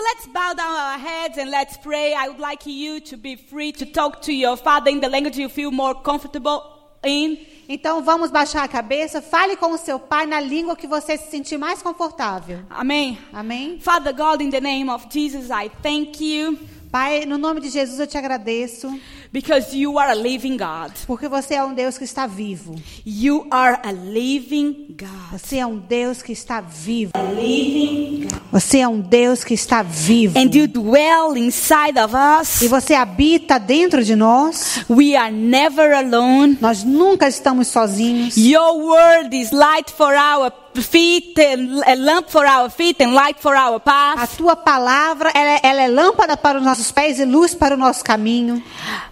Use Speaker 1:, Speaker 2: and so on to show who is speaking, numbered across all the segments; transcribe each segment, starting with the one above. Speaker 1: let's bow down our heads and let's pray. I would like you to be free to talk to your father in the language you feel more comfortable in.
Speaker 2: Então vamos baixar a cabeça, fale com o seu pai na língua que você se sentir mais confortável.
Speaker 1: Amém.
Speaker 2: Amém?
Speaker 1: Father God, in the name of Jesus, I thank you
Speaker 2: Pai, no nome de Jesus eu te agradeço,
Speaker 1: because you are a living God.
Speaker 2: porque você é um Deus que está vivo.
Speaker 1: You are a living God.
Speaker 2: Você é um Deus que está vivo.
Speaker 1: A living God.
Speaker 2: Você é um Deus que está vivo.
Speaker 1: And you dwell inside of us.
Speaker 2: E você habita dentro de nós.
Speaker 1: We are never alone.
Speaker 2: Nós nunca estamos sozinhos.
Speaker 1: Your word is light for our feet and a lamp for our feet and light for our
Speaker 2: A
Speaker 1: path.
Speaker 2: tua palavra, ela é, ela é lâmpada para os nossos pés e luz para o nosso caminho.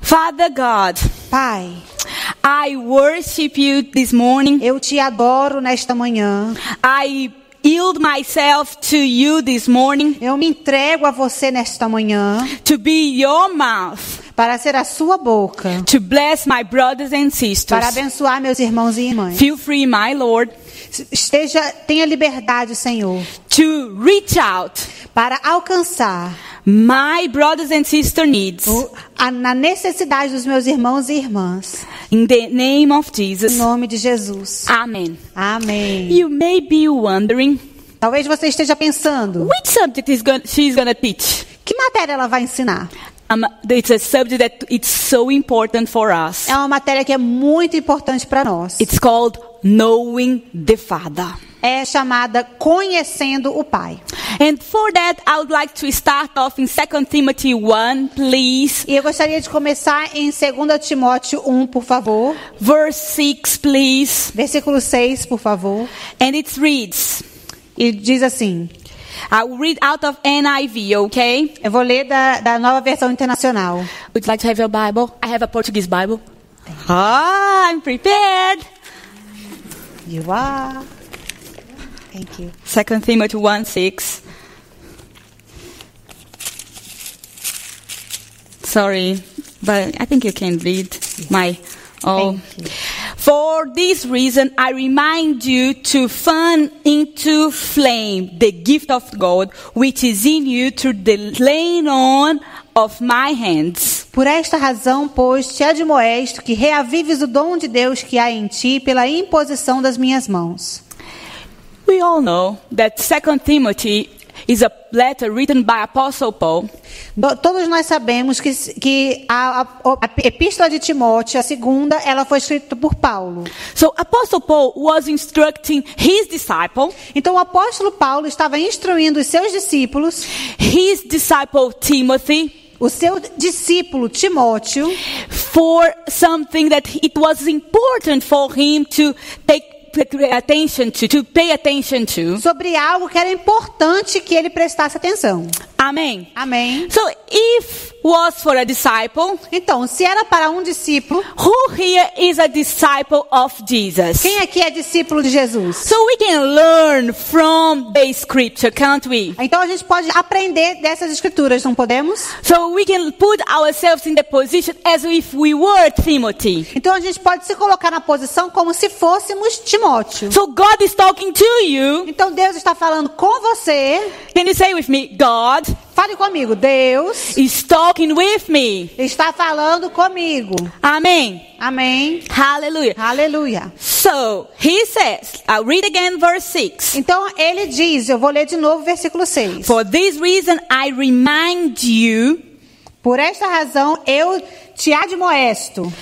Speaker 1: Father God,
Speaker 2: Pai,
Speaker 1: I worship you this morning.
Speaker 2: eu te adoro nesta manhã.
Speaker 1: I yield myself to you this morning
Speaker 2: Eu me entrego a você nesta manhã
Speaker 1: to be your mouth
Speaker 2: para ser a sua boca,
Speaker 1: to bless my brothers and
Speaker 2: para
Speaker 1: sisters.
Speaker 2: abençoar meus irmãos e irmãs.
Speaker 1: Feel free, my Lord,
Speaker 2: Esteja, tenha liberdade, Senhor,
Speaker 1: to reach out
Speaker 2: para alcançar
Speaker 1: my brothers and sister needs
Speaker 2: o- a, na necessidade dos meus irmãos e irmãs.
Speaker 1: in the name of
Speaker 2: Em
Speaker 1: Jesus.
Speaker 2: nome de Jesus.
Speaker 1: Amen.
Speaker 2: Amém.
Speaker 1: You may be wondering
Speaker 2: Talvez você esteja pensando,
Speaker 1: which subject is going, she's going to teach.
Speaker 2: que matéria ela vai ensinar?
Speaker 1: Um, it's a subject that it's so important for us.
Speaker 2: É uma matéria que é muito importante para nós.
Speaker 1: It's called knowing the Father.
Speaker 2: é chamada Conhecendo o Pai.
Speaker 1: And for that, I would like to start off in 2 Timothy 1, please.
Speaker 2: E eu gostaria de começar em 2 Timóteo 1, por favor,
Speaker 1: Verse 6, please.
Speaker 2: versículo 6, por favor,
Speaker 1: And it reads,
Speaker 2: e diz assim:
Speaker 1: I will read out of NIV, okay?
Speaker 2: Eu vou ler da, da nova versão internacional.
Speaker 1: Would you like to have your Bible? I have a Portuguese Bible. Ah, I'm prepared.
Speaker 2: You are. "Ah, Thank you.
Speaker 1: 2 Timothy 1, 6. Sorry, but I think you can read my. Oh. For this reason, I remind you to fan into flame the gift of God which is in you through the laying on of my hands.
Speaker 2: Por esta razão, pois, te admoesto que reavives o dom de Deus que há em ti pela imposição das minhas mãos.
Speaker 1: We all know that 2 Timothy is a letter written by Apostle Paul.
Speaker 2: Do- Todos nós sabemos que, que a, a, a epístola de Timóteo, a segunda, ela foi escrita por Paulo.
Speaker 1: So Apostle Paul was instructing his disciple
Speaker 2: Então o apóstolo Paulo estava instruindo os seus discípulos,
Speaker 1: his disciple Timothy
Speaker 2: o seu discípulo Timóteo,
Speaker 1: for something that it was important for him to take attention to, to pay attention to.
Speaker 2: sobre algo que era importante que ele prestasse atenção.
Speaker 1: Amen.
Speaker 2: Amém.
Speaker 1: So if was for a disciple,
Speaker 2: Então, se era para um discípulo,
Speaker 1: who here is a disciple of Jesus?
Speaker 2: quem aqui é discípulo de Jesus?
Speaker 1: So we can learn from the scripture, can't we?
Speaker 2: Então a gente pode aprender dessas escrituras, não podemos?
Speaker 1: So we can put ourselves in the position as if we were Timothy.
Speaker 2: Então a gente pode se colocar na posição como se fôssemos Timóteo.
Speaker 1: So God is talking to you.
Speaker 2: Então Deus está falando com você.
Speaker 1: Can you say with me? God
Speaker 2: Fale comigo. Deus
Speaker 1: is talking with me.
Speaker 2: está falando comigo.
Speaker 1: Amen.
Speaker 2: Amém.
Speaker 1: Hallelujah.
Speaker 2: Aleluia.
Speaker 1: So he says, I'll read again verse 6.
Speaker 2: Então ele diz, eu vou ler de novo o versículo 6.
Speaker 1: For this reason I remind you
Speaker 2: Por esta razão eu te admoesto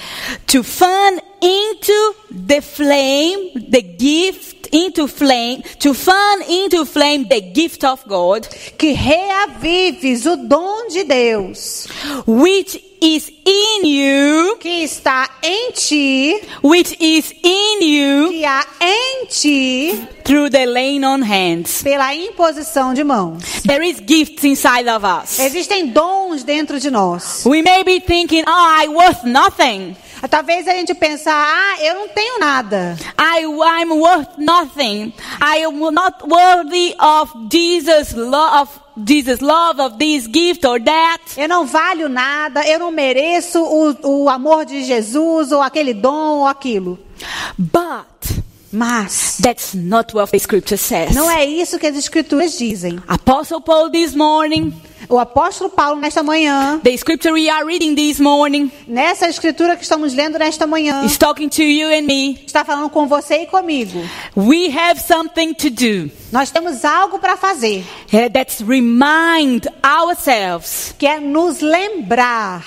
Speaker 1: to fan into the flame, the gift into flame, to fan into flame the gift of God,
Speaker 2: que reavives o dom de Deus
Speaker 1: which is in you,
Speaker 2: que está em ti,
Speaker 1: which is in you
Speaker 2: que há em ti
Speaker 1: through the laying on hands.
Speaker 2: pela imposição de mãos.
Speaker 1: There is gifts inside of us.
Speaker 2: Existem dons dentro de nós.
Speaker 1: We may be thinking, oh, I worth nothing.
Speaker 2: Talvez a gente pense, ah, eu não tenho nada.
Speaker 1: I, I'm worth nothing. I am not worthy of Jesus' love, of Jesus' love, of this gift or that.
Speaker 2: Eu não valho nada, eu não mereço o, o amor de Jesus, ou aquele dom, ou aquilo.
Speaker 1: But
Speaker 2: Mas
Speaker 1: that's not what the scripture says.
Speaker 2: não é isso que as escrituras dizem.
Speaker 1: Apostle Paul this morning
Speaker 2: O apóstolo Paulo, nesta manhã,
Speaker 1: The scripture we are reading this morning
Speaker 2: nessa escritura que estamos lendo nesta manhã,
Speaker 1: is talking to you and me.
Speaker 2: está falando com você e comigo.
Speaker 1: We have something to do.
Speaker 2: Nós temos algo para fazer,
Speaker 1: eh, That's remind ourselves,
Speaker 2: que é nos lembrar.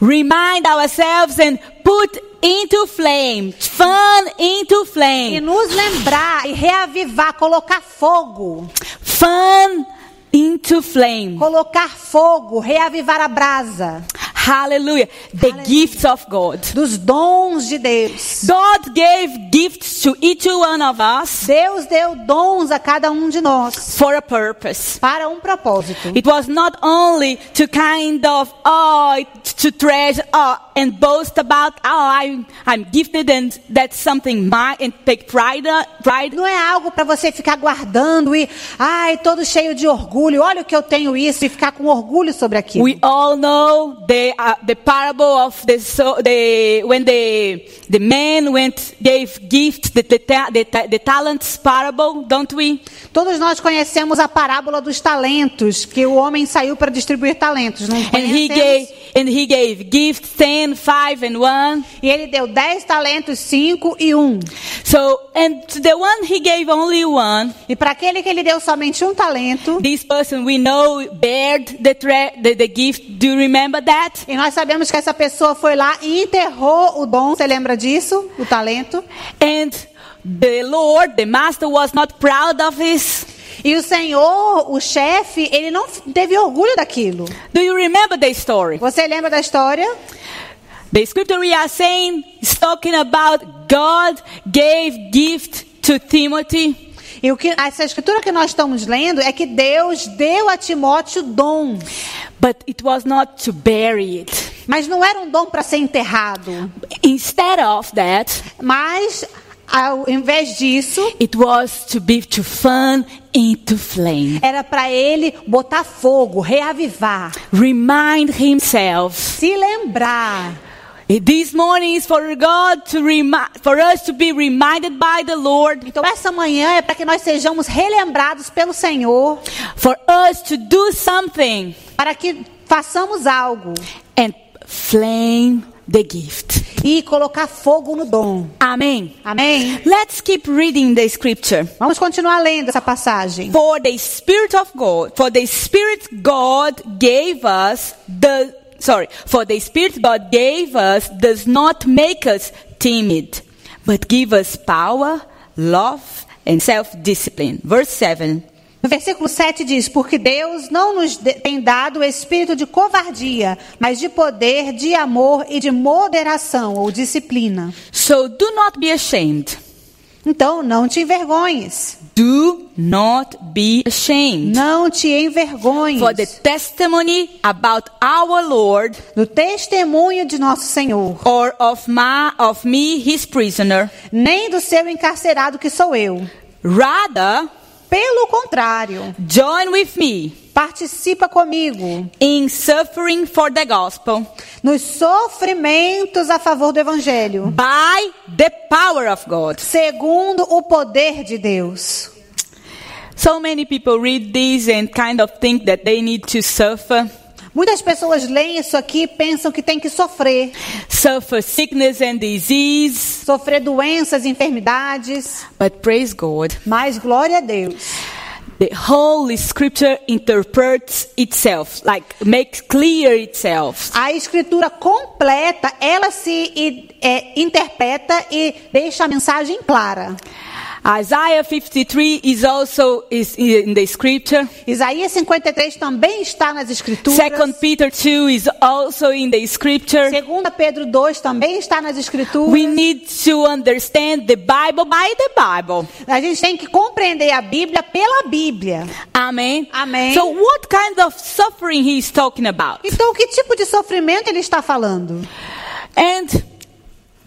Speaker 1: remind ourselves and put into flame, fun into
Speaker 2: E
Speaker 1: flame,
Speaker 2: nos lembrar e reavivar, colocar fogo.
Speaker 1: fun into flame.
Speaker 2: Colocar fogo, reavivar a brasa
Speaker 1: Hallelujah. The gifts of God.
Speaker 2: dos dons de Deus.
Speaker 1: God gave gifts to each one of us
Speaker 2: Deus deu dons a cada um de nós
Speaker 1: for a purpose.
Speaker 2: para um propósito.
Speaker 1: It was not only to kind of, oh, to treasure oh, and boast about, oh, I'm, I'm gifted and that's something mine and take pride, uh, pride.
Speaker 2: Não é algo para você ficar guardando e, ai, todo cheio de orgulho, olha o que eu tenho isso e ficar com orgulho sobre aquilo.
Speaker 1: We all know the, uh, the parable of the, so, the when the, the man went, gave gifts, the, the, ta- the, ta- the talents parable, don't we?
Speaker 2: Todos nós conhecemos a parábola dos talentos, que o homem saiu para distribuir talentos, não
Speaker 1: And he gave,
Speaker 2: conhecemos?
Speaker 1: and he gave gifts 10, 5 and 1.
Speaker 2: E ele deu dez talentos, cinco e um.
Speaker 1: So, and to the one he gave only one,
Speaker 2: E para aquele que ele deu somente um talento,
Speaker 1: this person we know bared the, tra- the, the gift. Do you remember that?
Speaker 2: e nós sabemos que essa pessoa foi lá e enterrou o dom, você lembra disso? O talento.
Speaker 1: And the Lord, the master, was not proud of his.
Speaker 2: E o senhor, o chefe, ele não f- teve orgulho daquilo.
Speaker 1: Do you remember the story?
Speaker 2: Você lembra da história?
Speaker 1: The scripture we are saying is talking about God gave gift to Timothy.
Speaker 2: E o que, essa escritura que nós estamos lendo é que Deus deu a Timóteo dom,
Speaker 1: But it was not to bury it.
Speaker 2: mas não era um dom para ser enterrado.
Speaker 1: Instead of that,
Speaker 2: Mas, ao invés disso,
Speaker 1: It was to be to fan into flame.
Speaker 2: era para ele botar fogo, reavivar,
Speaker 1: Remind himself.
Speaker 2: se lembrar.
Speaker 1: This morning is for God to remind, for us to be reminded by the Lord,
Speaker 2: Então, essa manhã é para que nós sejamos relembrados pelo Senhor,
Speaker 1: for us to do something
Speaker 2: para que façamos algo
Speaker 1: and flame the gift.
Speaker 2: e colocar fogo no dom.
Speaker 1: Amen.
Speaker 2: Amém?
Speaker 1: Let's keep reading the scripture.
Speaker 2: Vamos continuar lendo essa passagem.
Speaker 1: For the Spirit of God, for the Spirit God gave us the, sorry, for the Spirit God gave us does not make us timid, but give us power, love, and self-discipline. Verse 7.
Speaker 2: No versículo 7 diz: Porque Deus não nos de- tem dado o espírito de covardia, mas de poder, de amor e de moderação ou disciplina.
Speaker 1: So do not be ashamed.
Speaker 2: Então, não te envergonhes.
Speaker 1: Do not be ashamed.
Speaker 2: Não te envergonhes
Speaker 1: For the testimony about our Lord
Speaker 2: do testemunho de nosso Senhor,
Speaker 1: or of my, of me, his prisoner.
Speaker 2: nem do seu encarcerado que sou eu.
Speaker 1: Rather,
Speaker 2: Pelo contrário,
Speaker 1: join with me
Speaker 2: participa comigo
Speaker 1: in suffering for the gospel
Speaker 2: nos sofrimentos a favor do Evangelho,
Speaker 1: by the power of God.
Speaker 2: segundo o poder de Deus.
Speaker 1: So many people read this and kind of think that they need to suffer,
Speaker 2: Muitas pessoas leem isso aqui e pensam que tem que sofrer,
Speaker 1: suffer sickness and disease.
Speaker 2: sofrer doenças, enfermidades,
Speaker 1: But praise God,
Speaker 2: mas glória a Deus.
Speaker 1: the whole scripture interprets itself, like makes clear itself.
Speaker 2: A escritura completa, ela se i- é, interpreta e deixa a mensagem clara.
Speaker 1: Isaiah 53 is also is in the scripture.
Speaker 2: Isaías 53 também está nas escrituras.
Speaker 1: Second Peter 2 is also in the scripture.
Speaker 2: Segunda Pedro 2 também está nas escrituras.
Speaker 1: We need to understand the Bible by the Bible.
Speaker 2: A gente tem que compreender a Bíblia pela Bíblia.
Speaker 1: Amen.
Speaker 2: Amen.
Speaker 1: So what kind of suffering he is talking about?
Speaker 2: Então, que tipo de sofrimento ele está falando?
Speaker 1: And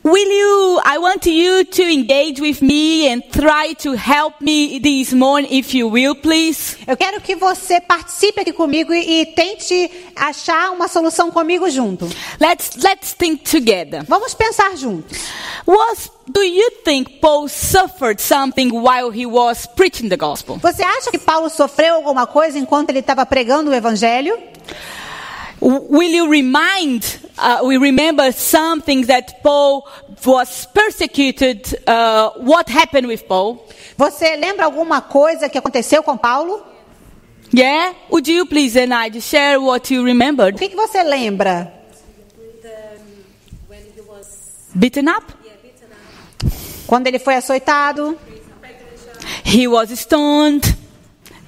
Speaker 1: Will you, I want you to engage with me and try to help me this morning, if you will, please.
Speaker 2: Eu quero que você participe aqui comigo e, e tente achar uma solução comigo junto.
Speaker 1: Let's, let's think together.
Speaker 2: Vamos pensar juntos.
Speaker 1: Was, do you think Paul suffered something while he was preaching the gospel?
Speaker 2: Você acha que Paulo sofreu alguma coisa enquanto ele estava pregando o evangelho?
Speaker 1: W- Will you remind, uh, we remember something that Paul was persecuted, uh, what happened with Paul?
Speaker 2: Você lembra alguma coisa que aconteceu com Paulo?
Speaker 1: Yeah? Would you please, Enaide, share what you
Speaker 2: O
Speaker 1: remembered?
Speaker 2: que, que você lembra?
Speaker 1: Beaten up?
Speaker 2: Quando ele foi açoitado,
Speaker 1: He was stoned.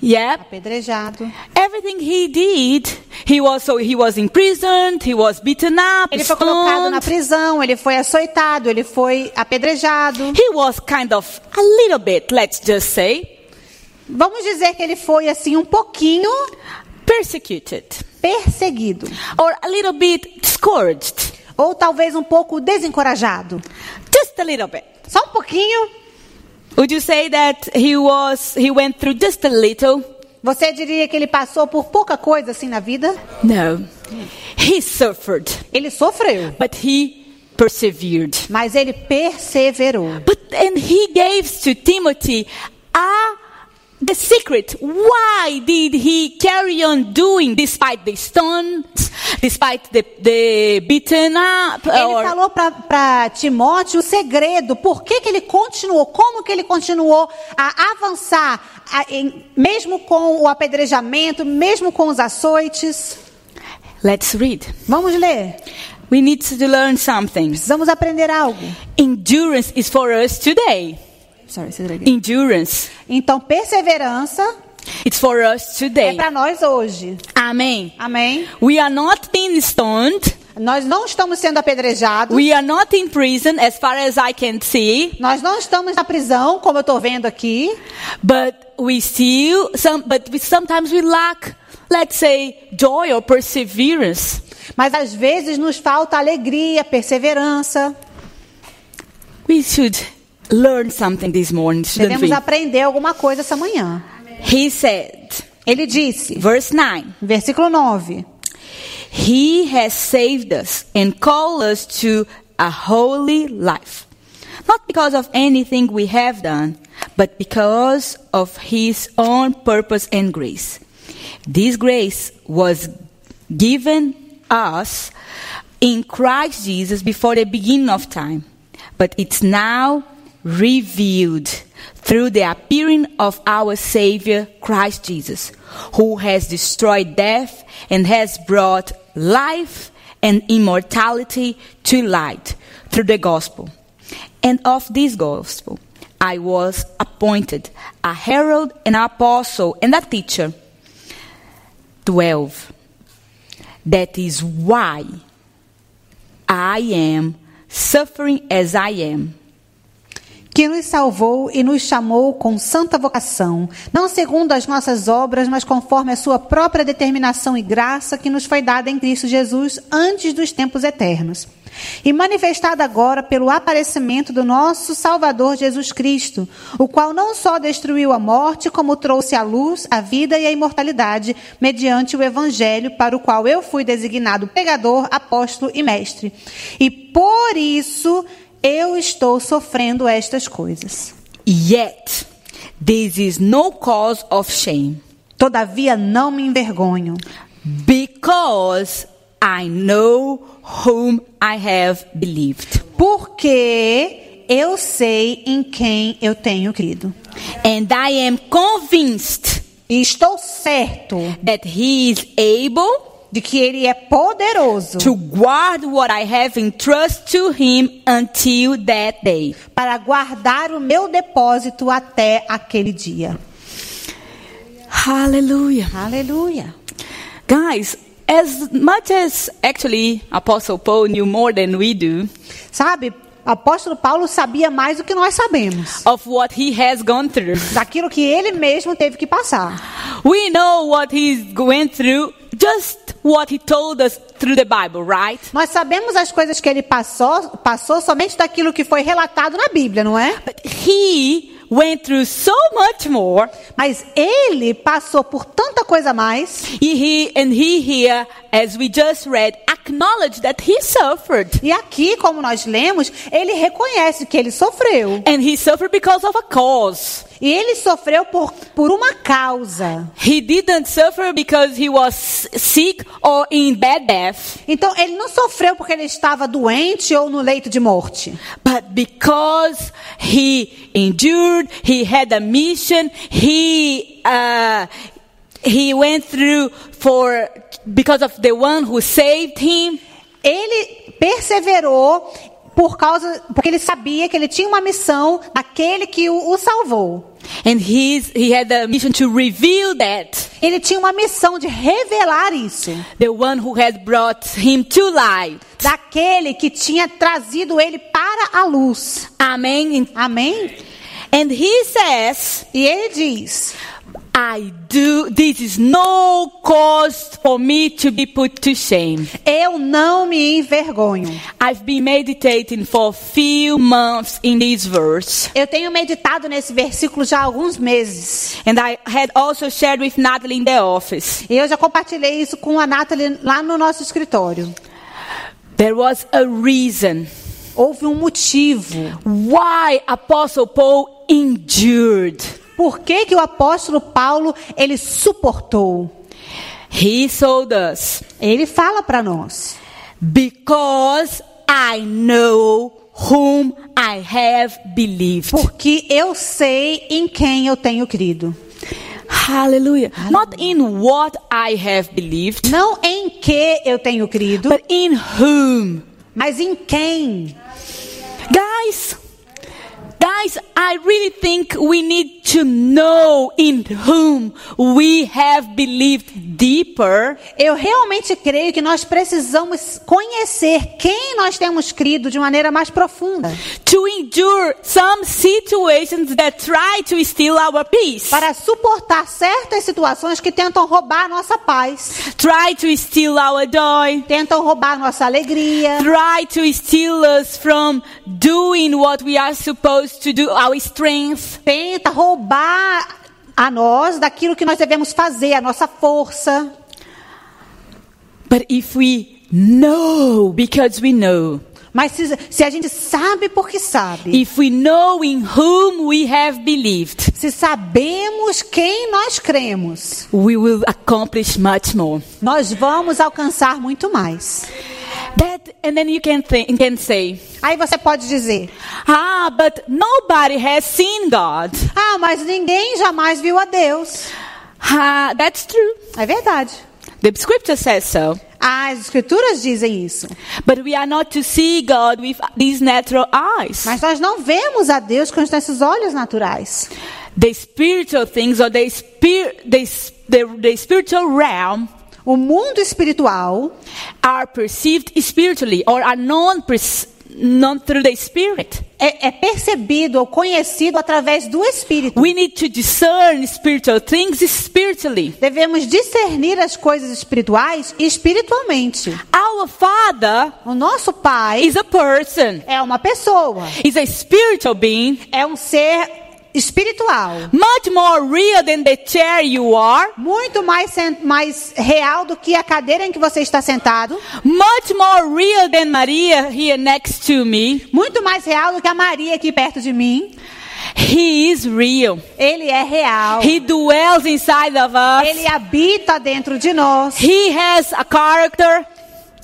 Speaker 1: Yep.
Speaker 2: apedrejado.
Speaker 1: Everything he did, he was so he was imprisoned, he was beaten up,
Speaker 2: Ele foi colocado na
Speaker 1: stoned.
Speaker 2: prisão, ele foi açoitado, ele foi apedrejado.
Speaker 1: He was kind of a little bit, let's just say,
Speaker 2: Vamos dizer que ele foi assim um pouquinho
Speaker 1: persecuted
Speaker 2: perseguido,
Speaker 1: or a little bit scourged.
Speaker 2: ou talvez um pouco desencorajado.
Speaker 1: Just a little bit.
Speaker 2: Só um pouquinho.
Speaker 1: Would you say that he was he went through just a little?
Speaker 2: Você diria que ele passou por pouca coisa assim na vida?
Speaker 1: No. He suffered,
Speaker 2: Ele sofreu,
Speaker 1: but he persevered.
Speaker 2: mas ele perseverou.
Speaker 1: But and he gave to Timothy a the secret. Why did he carry on doing despite the stones, despite the, the beaten up?
Speaker 2: Ele
Speaker 1: or-
Speaker 2: falou para Timóteo o segredo, por que, que ele continuou, como que ele continuou a avançar, a- em- mesmo com o apedrejamento, mesmo com os açoites.
Speaker 1: Let's read.
Speaker 2: Vamos ler.
Speaker 1: We need to learn something.
Speaker 2: Precisamos aprender algo.
Speaker 1: Endurance is for us today.
Speaker 2: Sorry, say that again.
Speaker 1: Endurance.
Speaker 2: Então, perseverança
Speaker 1: It's for us
Speaker 2: é
Speaker 1: today.
Speaker 2: para nós hoje.
Speaker 1: Amen.
Speaker 2: Amém?
Speaker 1: We are not being stoned.
Speaker 2: Nós não estamos sendo apedrejados.
Speaker 1: We are not in prison as far as I can see.
Speaker 2: Nós não estamos na prisão, como eu estou vendo aqui.
Speaker 1: But we still some but we sometimes we lack let's say joy or perseverance.
Speaker 2: Mas às vezes nos falta alegria, perseverança.
Speaker 1: We should learn something this morning, shouldn't
Speaker 2: Devemos
Speaker 1: we?
Speaker 2: aprender alguma coisa essa manhã.
Speaker 1: He said,
Speaker 2: Ele disse,
Speaker 1: verse 9,
Speaker 2: versículo 9:
Speaker 1: He has saved us and called us to a holy life. Not because of anything we have done, but because of His own purpose and grace. This grace was given us in Christ Jesus before the beginning of time, but it's now revealed through the appearing of our Savior Christ Jesus, who has destroyed death and has brought life and immortality to light through the gospel. And of this gospel, I was appointed a herald, an apostle, and a teacher. 12. That is why I am suffering as I am.
Speaker 2: Que nos salvou e nos chamou com santa vocação, não segundo as nossas obras, mas conforme a sua própria determinação e graça que nos foi dada em Cristo Jesus antes dos tempos eternos. E manifestada agora pelo aparecimento do nosso Salvador Jesus Cristo, o qual não só destruiu a morte, como trouxe à luz a vida e a imortalidade, mediante o Evangelho, para o qual eu fui designado pregador, apóstolo e mestre. E por isso eu estou sofrendo estas coisas.
Speaker 1: Yet, this is no cause of shame,
Speaker 2: Todavia não me envergonho,
Speaker 1: because I know whom I have believed,
Speaker 2: porque eu sei em quem eu tenho crido.
Speaker 1: and I am convinced
Speaker 2: E estou certo
Speaker 1: that He is able
Speaker 2: de que ele é poderoso
Speaker 1: to guard what I have in trust to Him until that day.
Speaker 2: para guardar o meu depósito até aquele dia.
Speaker 1: Hallelujah.
Speaker 2: Aleluia.
Speaker 1: Guys, as much as actually Apostle Paul knew more than we do
Speaker 2: Sabe, o apóstolo Paulo sabia mais do que nós sabemos.
Speaker 1: of what he has gone through,
Speaker 2: Daquilo que ele mesmo teve que passar.
Speaker 1: we know what he's going through just what he told us through the Bible, right?
Speaker 2: Nós sabemos as coisas que ele passou, passou somente daquilo que foi relatado na Bíblia, não é?
Speaker 1: But he went through so much more.
Speaker 2: Mas ele passou por tanta coisa a mais
Speaker 1: He, he and he here, as we just read, acknowledged that he suffered.
Speaker 2: e aqui, como nós lemos, ele reconhece que ele sofreu.
Speaker 1: And he suffered because of a cause.
Speaker 2: E ele sofreu por, por uma causa.
Speaker 1: He didn't suffer because he was sick or in bad death,
Speaker 2: Então, ele não sofreu porque ele estava doente ou no leito de morte.
Speaker 1: but because he endured, he had a mission, he uh, he went through for because of the one who saved him.
Speaker 2: Ele perseverou por causa porque ele sabia que ele tinha uma missão daquele que o, o salvou.
Speaker 1: And he's, he had a mission to reveal that
Speaker 2: Ele tinha uma missão de revelar isso
Speaker 1: the one who has brought him to life.
Speaker 2: daquele que tinha trazido ele para a luz.
Speaker 1: Amen.
Speaker 2: Amém?
Speaker 1: And he says,
Speaker 2: E ele diz:
Speaker 1: I do, this is no cause for me to be put to shame.
Speaker 2: Eu não me envergonho.
Speaker 1: I've been meditating for a few months in this verse.
Speaker 2: Eu tenho meditado nesse versículo já há alguns meses.
Speaker 1: And I had also shared with Natalie in the office.
Speaker 2: E eu já compartilhei isso com a Nathalie lá no nosso escritório.
Speaker 1: There was a reason
Speaker 2: Houve um motivo.
Speaker 1: why Apostle Paul endured.
Speaker 2: Por que, que o apóstolo Paulo ele suportou?
Speaker 1: He told us
Speaker 2: Ele fala para nós.
Speaker 1: Because I know whom I have believed.
Speaker 2: Porque eu sei em quem eu tenho crido.
Speaker 1: Hallelujah. Not in what I have believed,
Speaker 2: Não em que eu tenho crido,
Speaker 1: but in whom.
Speaker 2: mas em quem.
Speaker 1: Guys, guys, I really think we need to know in whom we have believed deeper
Speaker 2: Eu realmente creio que nós precisamos conhecer quem nós temos crido de maneira mais profunda.
Speaker 1: to endure some situations that try to steal our peace,
Speaker 2: Para suportar certas situações que tentam roubar a nossa paz,
Speaker 1: try to steal our joy.
Speaker 2: tentam roubar a nossa alegria,
Speaker 1: try to steal us from doing what we are supposed to do, our strength.
Speaker 2: tenta roubar a nós daquilo que nós devemos fazer, a nossa força.
Speaker 1: But if we know, because we know,
Speaker 2: Mas se, se a gente sabe porque sabe,
Speaker 1: if we know in whom we have believed,
Speaker 2: se sabemos quem nós cremos,
Speaker 1: we will accomplish much more.
Speaker 2: nós vamos alcançar muito mais.
Speaker 1: That, and then you can, think, you can say,
Speaker 2: Aí você pode dizer:
Speaker 1: ah, but nobody has seen God.
Speaker 2: Ah, mas ninguém jamais viu a Deus.
Speaker 1: Ah, that's true.
Speaker 2: É verdade.
Speaker 1: The scripture says so.
Speaker 2: As escrituras dizem isso.
Speaker 1: But we are not to see God with these natural eyes.
Speaker 2: Mas nós não vemos a Deus com os nossos olhos naturais.
Speaker 1: the spiritual things or the, spir- the, s- the, the spiritual realm
Speaker 2: O mundo espiritual
Speaker 1: are perceived spiritually or are known, perce- known through the spirit.
Speaker 2: é, é percebido ou conhecido através do espírito.
Speaker 1: We need to discern spiritual things spiritually.
Speaker 2: Devemos discernir as coisas espirituais espiritualmente.
Speaker 1: Our Father
Speaker 2: O nosso Pai
Speaker 1: is a person,
Speaker 2: é uma pessoa,
Speaker 1: is a spiritual being,
Speaker 2: é um ser espiritual,
Speaker 1: much more real than the chair you are,
Speaker 2: muito mais, sen- mais real do que a cadeira em que você está sentado,
Speaker 1: much more real than Maria here next to me.
Speaker 2: muito mais real do que a Maria aqui perto de mim.
Speaker 1: He is real.
Speaker 2: Ele é real.
Speaker 1: He dwells inside of us.
Speaker 2: Ele habita dentro de nós.
Speaker 1: He has a character.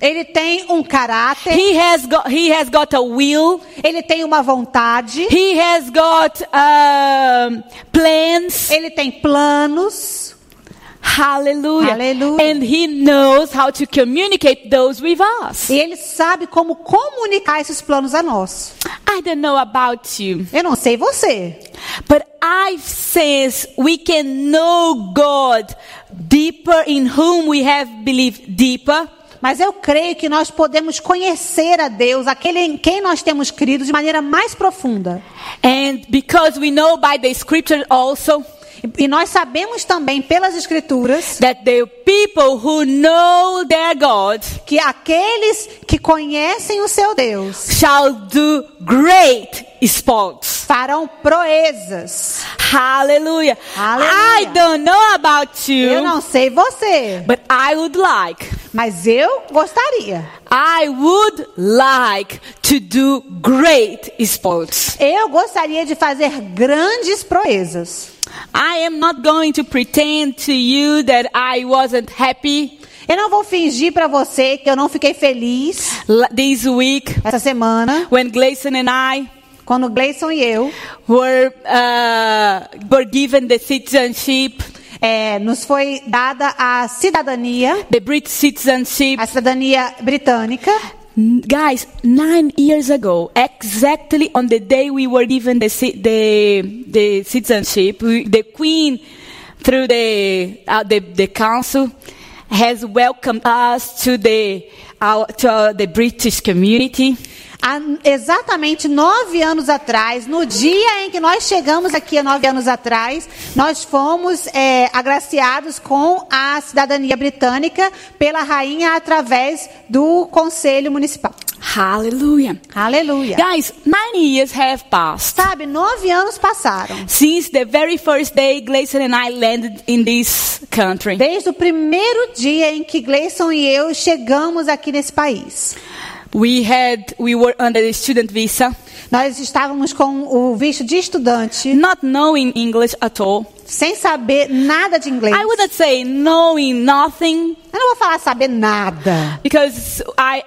Speaker 2: Ele tem um caráter.
Speaker 1: He has got. He has got a will.
Speaker 2: Ele tem uma vontade.
Speaker 1: He has got um, plans.
Speaker 2: Ele tem planos.
Speaker 1: Hallelujah.
Speaker 2: Hallelujah.
Speaker 1: And he knows how to communicate those with us.
Speaker 2: E ele sabe como comunicar esses planos a nós.
Speaker 1: I don't know about you,
Speaker 2: Eu não sei você,
Speaker 1: but I sense we can know God deeper in whom we have believed deeper.
Speaker 2: mas eu creio que nós podemos conhecer a Deus, aquele em quem nós temos crido, de maneira mais profunda.
Speaker 1: And because we know by the scripture also,
Speaker 2: E nós sabemos também pelas escrituras
Speaker 1: that the people who know their God
Speaker 2: que aqueles que conhecem o seu Deus
Speaker 1: shall do great sports.
Speaker 2: farão proezas.
Speaker 1: Hallelujah.
Speaker 2: Hallelujah.
Speaker 1: I don't know about you,
Speaker 2: Eu não sei você,
Speaker 1: but I would like,
Speaker 2: mas eu gostaria.
Speaker 1: I would like to do great sports.
Speaker 2: Eu gostaria de fazer grandes proezas.
Speaker 1: I am not going to pretend to you that I wasn't happy
Speaker 2: Eu não vou fingir pra você que eu não fiquei feliz
Speaker 1: l- this week
Speaker 2: essa semana
Speaker 1: when Gleason and I
Speaker 2: quando Gleison e eu
Speaker 1: were uh, were given the citizenship,
Speaker 2: é, nos foi dada a cidadania,
Speaker 1: the British citizenship.
Speaker 2: a cidadania britânica.
Speaker 1: N- Guys, nine years ago, exactly on the day we were given the ci- the, the citizenship, we, the Queen, through the, uh, the the Council, has welcomed us to the our, to our, the British community.
Speaker 2: Há exatamente nove anos atrás, no dia em que nós chegamos aqui, há nove anos atrás, nós fomos é, agraciados com a cidadania britânica pela rainha através do Conselho Municipal.
Speaker 1: Hallelujah.
Speaker 2: Aleluia.
Speaker 1: Guys, nine years have passed
Speaker 2: Sabe, nove anos passaram.
Speaker 1: since the very first day Glacier and I landed in this country.
Speaker 2: Desde o primeiro dia em que Gleison e eu chegamos aqui nesse país.
Speaker 1: We had we were under the student visa,
Speaker 2: Nós estávamos com o visto de estudante,
Speaker 1: not knowing English at all.
Speaker 2: sem saber nada de inglês.
Speaker 1: I wouldn't say knowing nothing
Speaker 2: Eu não vou falar saber nada.
Speaker 1: because I,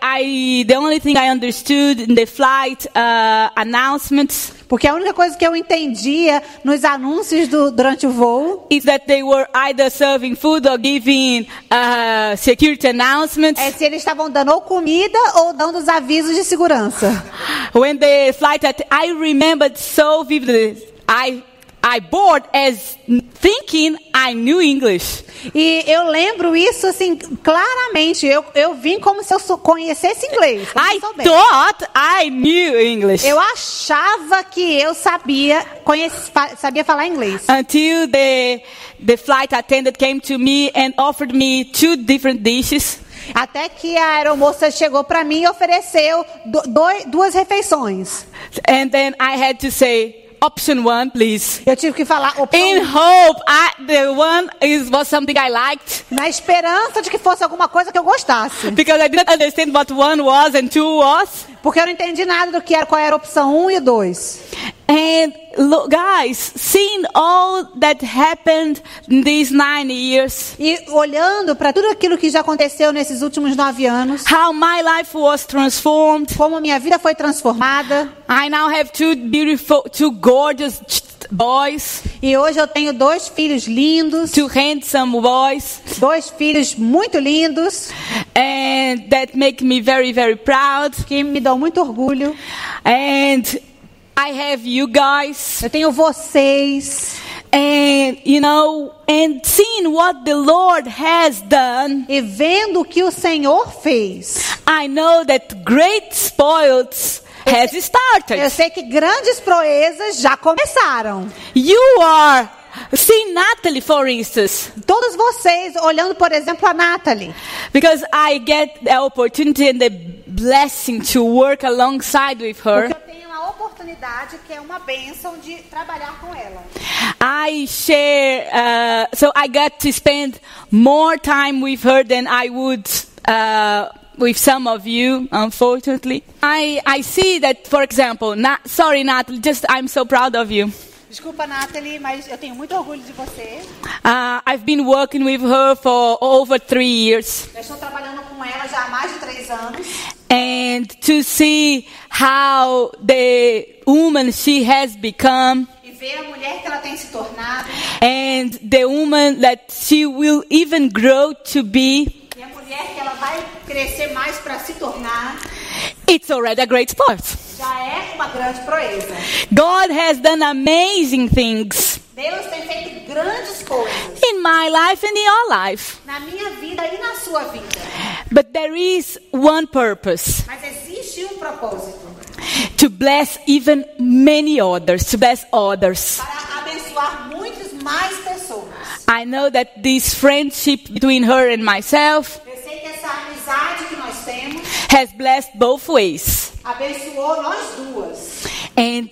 Speaker 1: I the only thing I understood in the flight uh, announcements
Speaker 2: Porque a única coisa que eu entendia nos anúncios do- durante o voo
Speaker 1: is that they were either serving food or giving uh, security announcements.
Speaker 2: é se eles estavam dando ou comida ou dando os avisos de segurança.
Speaker 1: When the flight, att- I remembered so vividly. I I board as thinking I knew English,
Speaker 2: E eu lembro isso assim claramente. Eu, eu vim como se eu sou- conhecesse inglês. como se
Speaker 1: I
Speaker 2: eu soubesse.
Speaker 1: thought I knew English
Speaker 2: Eu achava que eu sabia, conhece- fa- sabia falar inglês.
Speaker 1: until the the flight attendant came to me and offered me two different dishes.
Speaker 2: Até que a aeromoça chegou pra mim e ofereceu do- doi- duas refeições.
Speaker 1: And then I had to say, option one, please.
Speaker 2: Eu tive que falar opção
Speaker 1: In hope, I, the one is was something I liked
Speaker 2: na esperança de que fosse alguma coisa que eu gostasse.
Speaker 1: because I didn't understand what one was and two was.
Speaker 2: Porque eu não entendi nada do que era, qual era a opção 1 e 2.
Speaker 1: And look, guys, seeing all that happened in these nine years,
Speaker 2: E olhando pra tudo aquilo que já aconteceu nesses últimos nove anos,
Speaker 1: how my life was transformed.
Speaker 2: como a minha vida foi transformada,
Speaker 1: I now have two beautiful, two gorgeous ch- boys,
Speaker 2: e hoje eu tenho dois filhos lindos,
Speaker 1: two handsome boys,
Speaker 2: dois filhos muito lindos,
Speaker 1: and that make me very, very proud.
Speaker 2: que me dão muito orgulho.
Speaker 1: And I have you guys.
Speaker 2: Eu tenho vocês.
Speaker 1: And you know, and seeing what the Lord has done,
Speaker 2: E vendo o que o Senhor fez,
Speaker 1: I know that great spoils has
Speaker 2: eu
Speaker 1: started.
Speaker 2: sei que grandes proezas já começaram.
Speaker 1: You are seeing Natalie, for instance,
Speaker 2: Todos vocês, olhando, por exemplo, a Natalie,
Speaker 1: because I get the opportunity and the blessing to work alongside with her.
Speaker 2: porque eu tenho uma oportunidade que é uma bênção de trabalhar com ela.
Speaker 1: I share, uh, so I got to spend more time with her than I would uh, with some of you, unfortunately. I, I see that, for example, na sorry, Natalie, just I'm so proud of you.
Speaker 2: Desculpa, Natalie, mas eu tenho muito orgulho de você.
Speaker 1: Uh, I've been working with her for over three years,
Speaker 2: Eu estou trabalhando com ela já há mais de três anos.
Speaker 1: and to see how the woman she has become.
Speaker 2: E ver a mulher que ela tem se tornado.
Speaker 1: And the woman that she will even grow to be,
Speaker 2: E a mulher que ela vai crescer mais para se tornar.
Speaker 1: it's already a great sport.
Speaker 2: Já é uma grande proeza.
Speaker 1: God has done amazing things
Speaker 2: Deus tem feito grandes coisas.
Speaker 1: in my life and in your life.
Speaker 2: na minha vida e na sua vida.
Speaker 1: But there is one purpose
Speaker 2: Mas existe um propósito
Speaker 1: to bless even many others, to bless others.
Speaker 2: para abençoar muitos mais pessoas.
Speaker 1: I know that this friendship between her and myself
Speaker 2: Eu sei que essa amizade que nós temos
Speaker 1: has blessed both ways.
Speaker 2: abençoou nós duas.
Speaker 1: And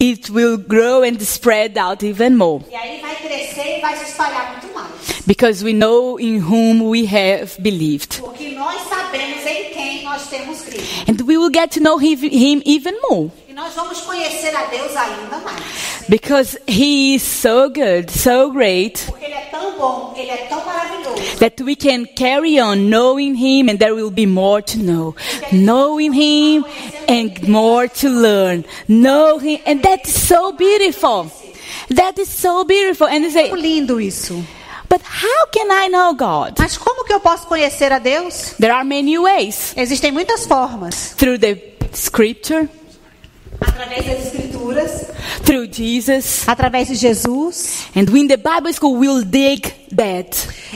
Speaker 1: it will grow and spread out even more.
Speaker 2: E aí vai crescer e vai se espalhar muito mais.
Speaker 1: Because we know in whom we have believed.
Speaker 2: Porque nós sabemos em quem nós temos crido.
Speaker 1: And we will get to know him, him even more.
Speaker 2: E nós vamos conhecer a Deus ainda mais.
Speaker 1: Because he is so good, so great,
Speaker 2: Porque Ele é tão bom, Ele é tão maravilhoso.
Speaker 1: that we can carry on knowing him and there will be more to know. Knowing him and more to learn. Know him. And that's so beautiful. That is so beautiful. And you say,
Speaker 2: Lindo isso.
Speaker 1: but how can I know God?
Speaker 2: Mas como que eu posso conhecer a Deus?
Speaker 1: There are many ways.
Speaker 2: Existem muitas formas.
Speaker 1: Through the scripture,
Speaker 2: Através das escrituras,
Speaker 1: through Jesus.
Speaker 2: através de Jesus.
Speaker 1: And in the Bible school, we'll dig that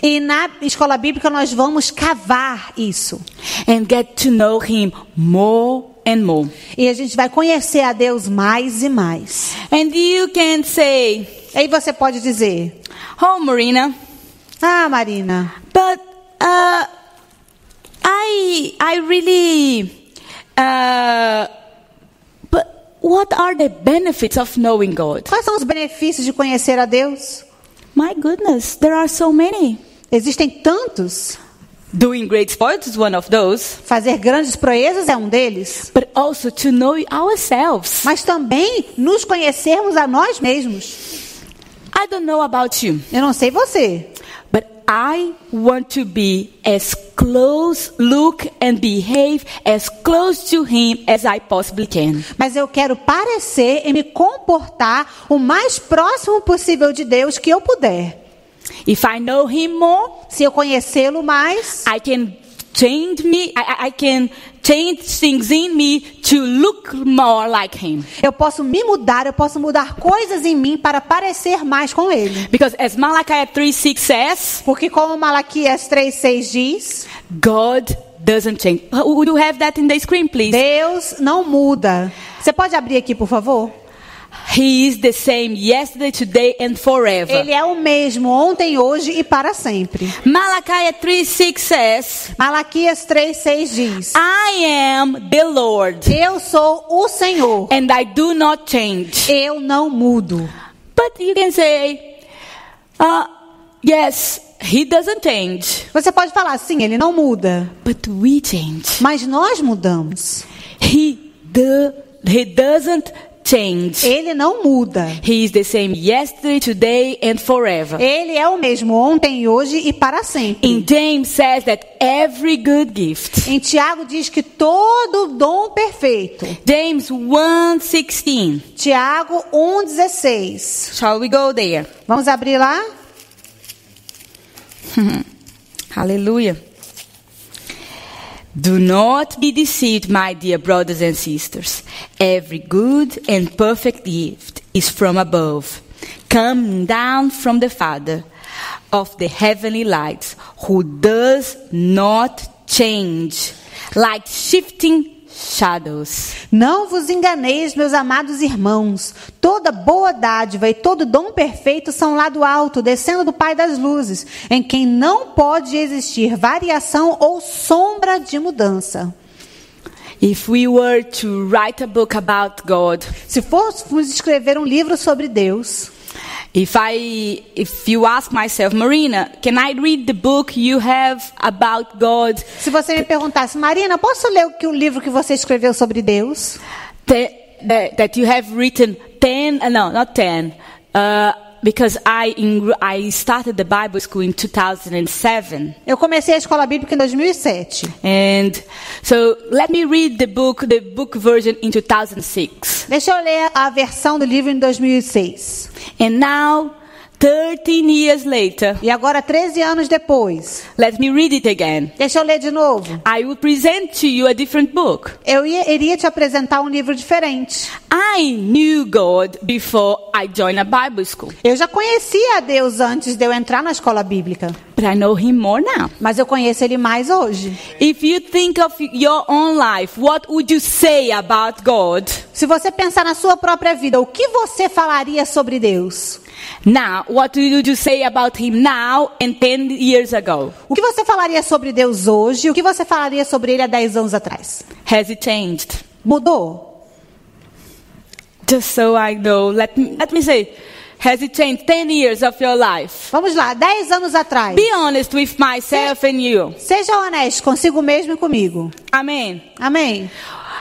Speaker 2: E na escola bíblica nós vamos cavar isso.
Speaker 1: and get to know him more and more.
Speaker 2: E a gente vai conhecer a Deus mais e mais.
Speaker 1: And you can say,
Speaker 2: Aí você pode dizer:
Speaker 1: Oh, Marina,
Speaker 2: Ah, Marina,
Speaker 1: but uh, I, I really, uh, but what are the benefits of knowing God?
Speaker 2: quais são os benefícios de conhecer a Deus?
Speaker 1: My goodness, there are so many.
Speaker 2: Existem tantos.
Speaker 1: Doing great sports is one of those,
Speaker 2: Fazer grandes proezas é um deles.
Speaker 1: but also to know ourselves.
Speaker 2: Mas também nos conhecermos a nós mesmos.
Speaker 1: I don't know about you,
Speaker 2: Eu não sei você,
Speaker 1: but I want to be as close, look and behave as close to Him as I possibly can.
Speaker 2: mas eu quero parecer e me comportar o mais próximo possível de Deus que eu puder.
Speaker 1: If I know Him more,
Speaker 2: Se eu conhecê-lo mais,
Speaker 1: I can change me. I, I- I can change things in me to look more like Him.
Speaker 2: eu posso me mudar, eu posso mudar coisas em mim para parecer mais com ele.
Speaker 1: Because as Malachi 3:6 says,
Speaker 2: Porque como Malaquias 3:6 diz,
Speaker 1: God doesn't change. Uh, Would you have that in the screen, please?
Speaker 2: Deus não muda. Você pode abrir aqui, por favor?
Speaker 1: He is the same yesterday, today, and forever.
Speaker 2: Ele é o mesmo ontem, hoje e para sempre.
Speaker 1: Malachi 3:6 says,
Speaker 2: Malaquias 3:6 diz:
Speaker 1: "I am the Lord,
Speaker 2: Eu sou o Senhor,
Speaker 1: and I do not change."
Speaker 2: eu não mudo.
Speaker 1: But you can say, uh, "Yes, He doesn't change,
Speaker 2: Você pode falar sim, ele não muda,
Speaker 1: but we change."
Speaker 2: mas nós mudamos.
Speaker 1: He do, he doesn't change.
Speaker 2: Ele não muda.
Speaker 1: He is the same yesterday, today, and forever.
Speaker 2: Ele é o mesmo ontem, hoje e para sempre.
Speaker 1: In James says that every good gift.
Speaker 2: Em Tiago diz que todo dom perfeito.
Speaker 1: James 1:16.
Speaker 2: Tiago 1,16.
Speaker 1: Shall we go there?
Speaker 2: Vamos abrir lá?
Speaker 1: Hallelujah. Do not be deceived, my dear brothers and sisters. Every good and perfect gift is from above, come down from the Father of the heavenly lights, who does not change like shifting shadows.
Speaker 2: Não vos enganeis, meus amados irmãos. Toda boa dádiva e todo dom perfeito são lá do alto, descendo do Pai das luzes, em quem não pode existir variação ou sombra de mudança.
Speaker 1: If we were to write a book about God,
Speaker 2: Se fôssemos escrever um livro sobre Deus,
Speaker 1: If I, if you ask myself, Marina, can I read the book you have about God?
Speaker 2: se você me perguntasse, Marina, posso ler o que- o livro que você escreveu sobre Deus?
Speaker 1: Te- that, that you have written ten? uh, No, not ten. Uh, because I in, I started the Bible school in 2007,
Speaker 2: Eu comecei a escola bíblica em 2007.
Speaker 1: and so let me read the book, the book version in 2006.
Speaker 2: Deixa eu ler a versão do livro em 2006.
Speaker 1: And now, 13 years later,
Speaker 2: E agora, 13 anos depois.
Speaker 1: let me read it again.
Speaker 2: Deixa eu ler de novo.
Speaker 1: I will present to you a different book.
Speaker 2: Eu ia- iria te apresentar um livro diferente.
Speaker 1: I knew God before I joined a Bible school,
Speaker 2: Eu já conhecia a Deus antes de eu entrar na escola bíblica,
Speaker 1: but I know Him more now.
Speaker 2: mas eu conheço ele mais hoje.
Speaker 1: If you think of your own life, what would you say about God?
Speaker 2: Se você pensar na sua própria vida, o que você falaria sobre Deus?
Speaker 1: Now, what would you say about him now and 10 years ago?
Speaker 2: O que você falaria sobre Deus hoje? O que você falaria sobre ele há 10 anos atrás?
Speaker 1: Has it changed?
Speaker 2: Mudou?
Speaker 1: Just so I know, let me, let me say, has it changed 10 years of your life?
Speaker 2: Vamos lá, 10 anos atrás.
Speaker 1: Be honest with myself and you.
Speaker 2: Seja honesto consigo mesmo e comigo.
Speaker 1: Amen.
Speaker 2: Amém.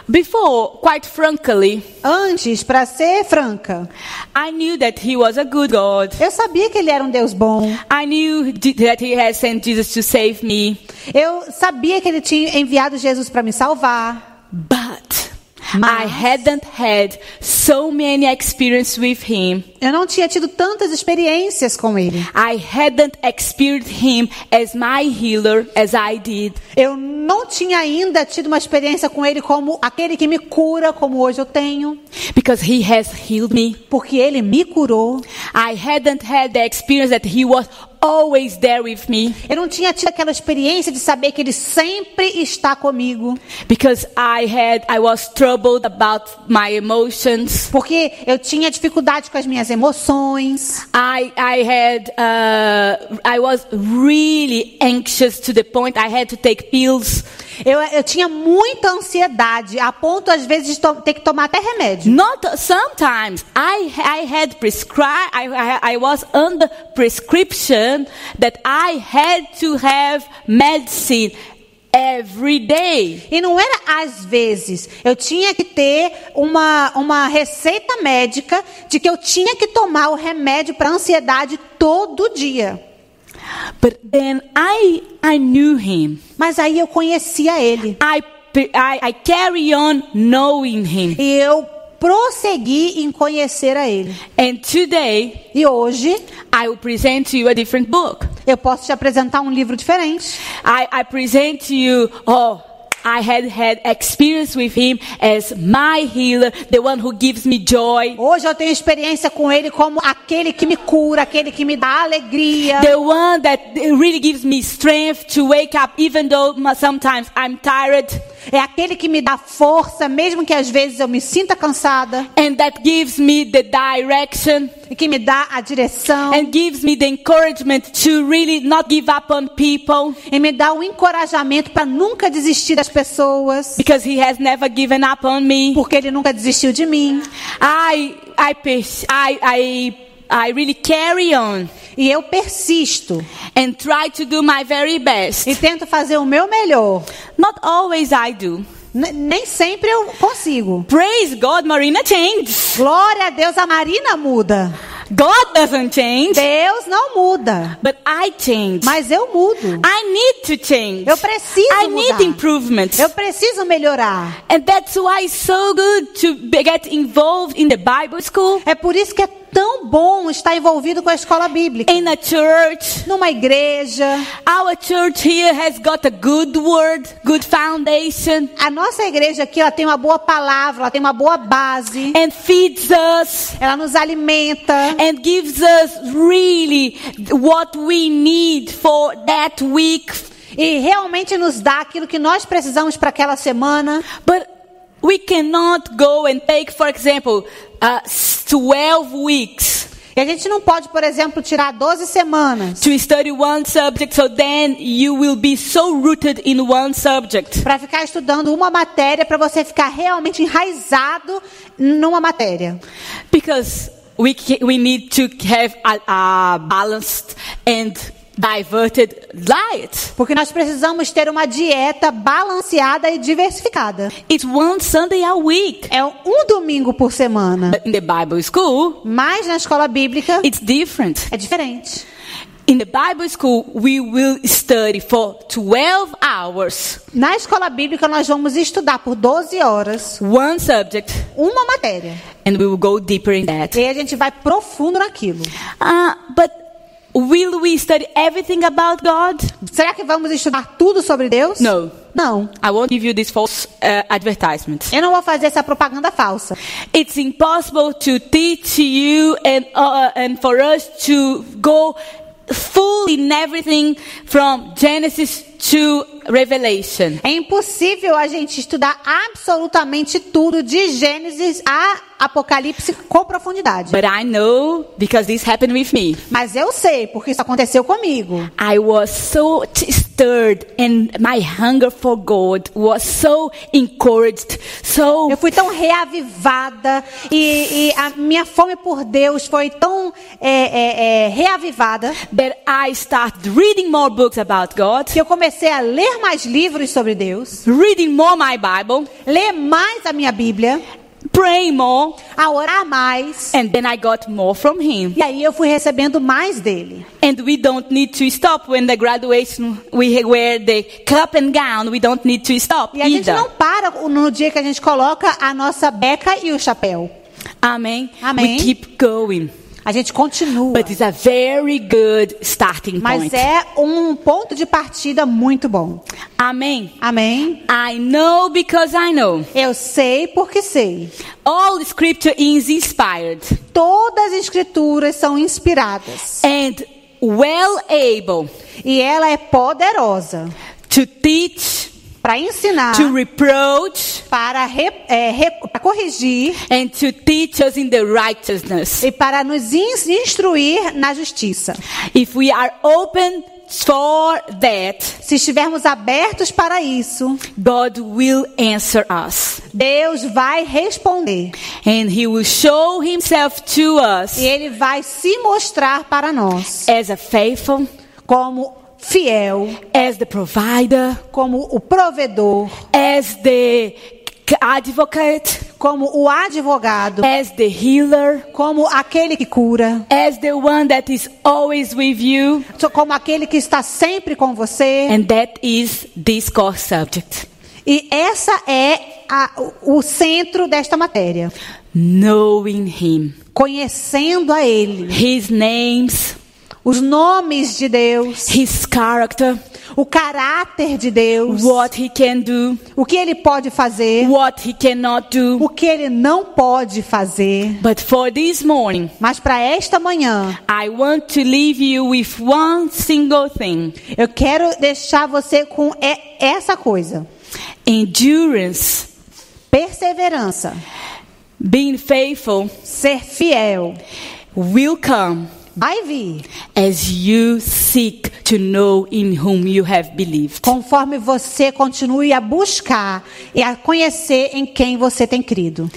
Speaker 1: Before, quite frankly,
Speaker 2: Antes, para ser franca,
Speaker 1: I knew that he was a good God.
Speaker 2: eu sabia que ele era um Deus bom.
Speaker 1: I knew d- that he had sent Jesus to save me.
Speaker 2: Eu sabia que ele tinha enviado Jesus para me salvar.
Speaker 1: But I
Speaker 2: Mas-
Speaker 1: hadn't had so many experience with him.
Speaker 2: Eu não tinha tido tantas experiências com ele.
Speaker 1: I hadn't experienced him as my healer as I did.
Speaker 2: Eu não tinha ainda tido uma experiência com ele como aquele que me cura, como hoje eu tenho,
Speaker 1: Because he has healed me.
Speaker 2: porque ele me curou.
Speaker 1: I hadn't had the experience that he was always there with me.
Speaker 2: Eu não tinha tido aquela experiência de saber que ele sempre está comigo,
Speaker 1: Because I had I was troubled about my emotions.
Speaker 2: porque eu tinha dificuldade com as minas emoções.
Speaker 1: I I had uh, I was really anxious to the point I had to take pills.
Speaker 2: Eu, eu tinha muita ansiedade, a ponto às vezes de to- ter que tomar até remédio.
Speaker 1: Not sometimes I I had prescribed I, I I was under prescription that I had to have medicine every day.
Speaker 2: E não era às vezes. Eu tinha que ter uma, uma receita médica de que eu tinha que tomar o remédio para ansiedade todo dia.
Speaker 1: But then I I knew him.
Speaker 2: Mas aí eu conhecia ele.
Speaker 1: I pe- I, I carry on knowing him.
Speaker 2: E eu prossegui em conhecer a ele.
Speaker 1: And today
Speaker 2: E hoje
Speaker 1: I will present to you a different book.
Speaker 2: eu posso te apresentar um livro diferente.
Speaker 1: I, I present to you, oh, I had had experience with him as my healer, the one who gives me joy,
Speaker 2: Hoje eu tenho experiência com ele como aquele que me cura, aquele que me dá alegria.
Speaker 1: the one that really gives me strength to wake up, even though ma- sometimes I'm tired,
Speaker 2: É aquele que me dá força, mesmo que às vezes eu me sinta cansada.
Speaker 1: and that gives me the direction
Speaker 2: E que me dá a direção.
Speaker 1: and gives me the encouragement to really not give up on people
Speaker 2: E me dá o encorajamento para nunca desistir das pessoas.
Speaker 1: because he has never given up on me.
Speaker 2: Porque ele nunca desistiu de mim.
Speaker 1: I, I, pers- I, I, I really carry on.
Speaker 2: E eu persisto.
Speaker 1: and try to do my very best.
Speaker 2: E tento fazer o meu melhor.
Speaker 1: Not always I do.
Speaker 2: N- nem sempre eu consigo.
Speaker 1: Praise God, Marina changes.
Speaker 2: Glória a Deus, a Marina muda.
Speaker 1: God doesn't change,
Speaker 2: Deus não muda,
Speaker 1: but I change.
Speaker 2: mas eu mudo.
Speaker 1: I need to change.
Speaker 2: Eu preciso
Speaker 1: I need
Speaker 2: mudar.
Speaker 1: improvements.
Speaker 2: Eu preciso melhorar.
Speaker 1: And that's why it's so good to be- get involved in the Bible school,
Speaker 2: É por isso que é tão bom estar envolvido com a escola bíblica.
Speaker 1: in a church.
Speaker 2: Numa igreja.
Speaker 1: Our church here has got a good word, good foundation,
Speaker 2: A nossa igreja aqui, ela tem uma boa palavra, ela tem uma boa base.
Speaker 1: and feeds us
Speaker 2: Ela nos alimenta.
Speaker 1: and gives us really what we need for that week,
Speaker 2: E realmente nos dá aquilo que nós precisamos para aquela semana.
Speaker 1: But we cannot go and take, for example, uh, 12 weeks
Speaker 2: E a gente não pode, por exemplo, tirar 12 semanas
Speaker 1: to study one subject, so then you will be so rooted in one subject.
Speaker 2: para ficar estudando uma matéria, para você ficar realmente enraizado numa matéria.
Speaker 1: Because we, ca- we need to have a, a balanced and diverted diet.
Speaker 2: Porque nós precisamos ter uma dieta balanceada e diversificada.
Speaker 1: It's one Sunday a week.
Speaker 2: É um domingo por semana.
Speaker 1: But in the Bible school,
Speaker 2: Mas na escola bíblica
Speaker 1: it's different.
Speaker 2: é diferente.
Speaker 1: In the Bible school, we will study for 12 hours
Speaker 2: Na escola bíblica nós vamos estudar por 12 horas
Speaker 1: one subject
Speaker 2: uma matéria.
Speaker 1: and we will go deeper in that.
Speaker 2: E aí a gente vai profundo naquilo.
Speaker 1: Uh, but will we study everything about God?
Speaker 2: Será que vamos estudar tudo sobre Deus?
Speaker 1: Não.
Speaker 2: Não.
Speaker 1: I won't give you this false uh, advertisement.
Speaker 2: Eu não vou fazer essa propaganda falsa.
Speaker 1: It's impossible to teach you and, uh, and for us to go full in everything from Genesis to Revelation.
Speaker 2: É impossível a gente estudar absolutamente tudo de Gênesis a Apocalipse com profundidade.
Speaker 1: But I know because this happened with me.
Speaker 2: Mas eu sei, porque isso aconteceu comigo.
Speaker 1: I was so t- stirred and my hunger for God was so encouraged. So
Speaker 2: Eu fui tão reavivada e, e a minha fome por Deus foi tão é, é, é, reavivada
Speaker 1: that I started reading more books about God,
Speaker 2: que eu comecei a ler mais livros sobre Deus,
Speaker 1: reading more my Bible,
Speaker 2: ler mais a minha Bíblia,
Speaker 1: praying more,
Speaker 2: a orar mais.
Speaker 1: and then I got more from him.
Speaker 2: E aí eu fui recebendo mais dele.
Speaker 1: And we don't need to stop when the graduation we wear the cap and gown. We don't need to stop
Speaker 2: E a gente
Speaker 1: either.
Speaker 2: não para no dia que a gente coloca a nossa beca e o chapéu.
Speaker 1: Amen.
Speaker 2: Amém.
Speaker 1: We keep going.
Speaker 2: A gente continua.
Speaker 1: But it's a very good starting
Speaker 2: Mas
Speaker 1: point.
Speaker 2: é um ponto de partida muito bom.
Speaker 1: Amen.
Speaker 2: Amém?
Speaker 1: I know because I know.
Speaker 2: Eu sei porque sei.
Speaker 1: All scripture is inspired
Speaker 2: Todas as escrituras são inspiradas.
Speaker 1: and well able
Speaker 2: E ela é poderosa
Speaker 1: to teach,
Speaker 2: para ensinar,
Speaker 1: to reproach,
Speaker 2: para, re- é, re- para corrigir
Speaker 1: and to teach us in the righteousness.
Speaker 2: e para nos in- instruir na justiça.
Speaker 1: If we are open for that,
Speaker 2: Se estivermos abertos para isso,
Speaker 1: God will answer us.
Speaker 2: Deus vai responder.
Speaker 1: And he will show himself to
Speaker 2: E
Speaker 1: us
Speaker 2: ele vai se mostrar para nós
Speaker 1: as a faithful,
Speaker 2: como fiel,
Speaker 1: as the provider,
Speaker 2: como o provedor,
Speaker 1: as the c- advocate,
Speaker 2: como o advogado,
Speaker 1: as the healer,
Speaker 2: como aquele que cura,
Speaker 1: as the one that is always with you.
Speaker 2: so- como aquele que está sempre com você.
Speaker 1: And that is this core subject.
Speaker 2: E essa é a- o o centro desta matéria.
Speaker 1: Knowing him,
Speaker 2: Conhecendo a Ele,
Speaker 1: his names,
Speaker 2: os nomes de Deus,
Speaker 1: his character,
Speaker 2: o caráter de Deus,
Speaker 1: what he can do,
Speaker 2: o que Ele pode fazer,
Speaker 1: what he cannot do.
Speaker 2: o que Ele não pode fazer.
Speaker 1: But for this morning,
Speaker 2: Mas para esta manhã,
Speaker 1: I want to leave you with one single thing.
Speaker 2: Eu quero deixar você com e- essa coisa:
Speaker 1: Endurance,
Speaker 2: perseverança,
Speaker 1: being faithful,
Speaker 2: ser fiel.
Speaker 1: will come
Speaker 2: Vai vir,
Speaker 1: as you seek to know in whom you have believed.
Speaker 2: conforme você continue a buscar e a conhecer em quem você tem crido.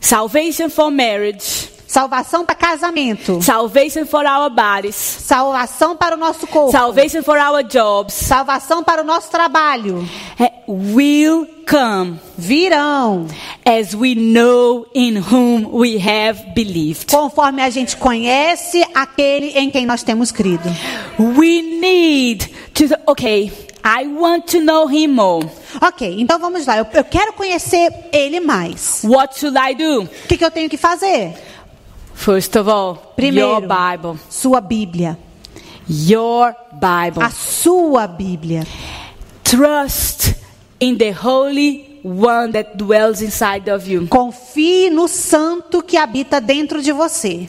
Speaker 1: Salvation for marriage,
Speaker 2: Salvação para casamento,
Speaker 1: salvation for our bodies,
Speaker 2: salvação para o nosso corpo,
Speaker 1: salvation for our jobs
Speaker 2: salvação para o nosso trabalho.
Speaker 1: eh, will come
Speaker 2: Virão,
Speaker 1: as we know in whom we have believed.
Speaker 2: conforme a gente conhece aquele em quem nós temos crido.
Speaker 1: We need to, okay, I want to know him more.
Speaker 2: Ok, então vamos lá. Eu, eu quero conhecer ele mais.
Speaker 1: What should I do?
Speaker 2: O que que eu tenho que fazer?
Speaker 1: First of all,
Speaker 2: Primeiro,
Speaker 1: your Bible.
Speaker 2: sua Bíblia.
Speaker 1: Your Bible.
Speaker 2: A sua Bíblia.
Speaker 1: Trust in the Holy One that dwells inside of you.
Speaker 2: Confie no santo que habita dentro de você.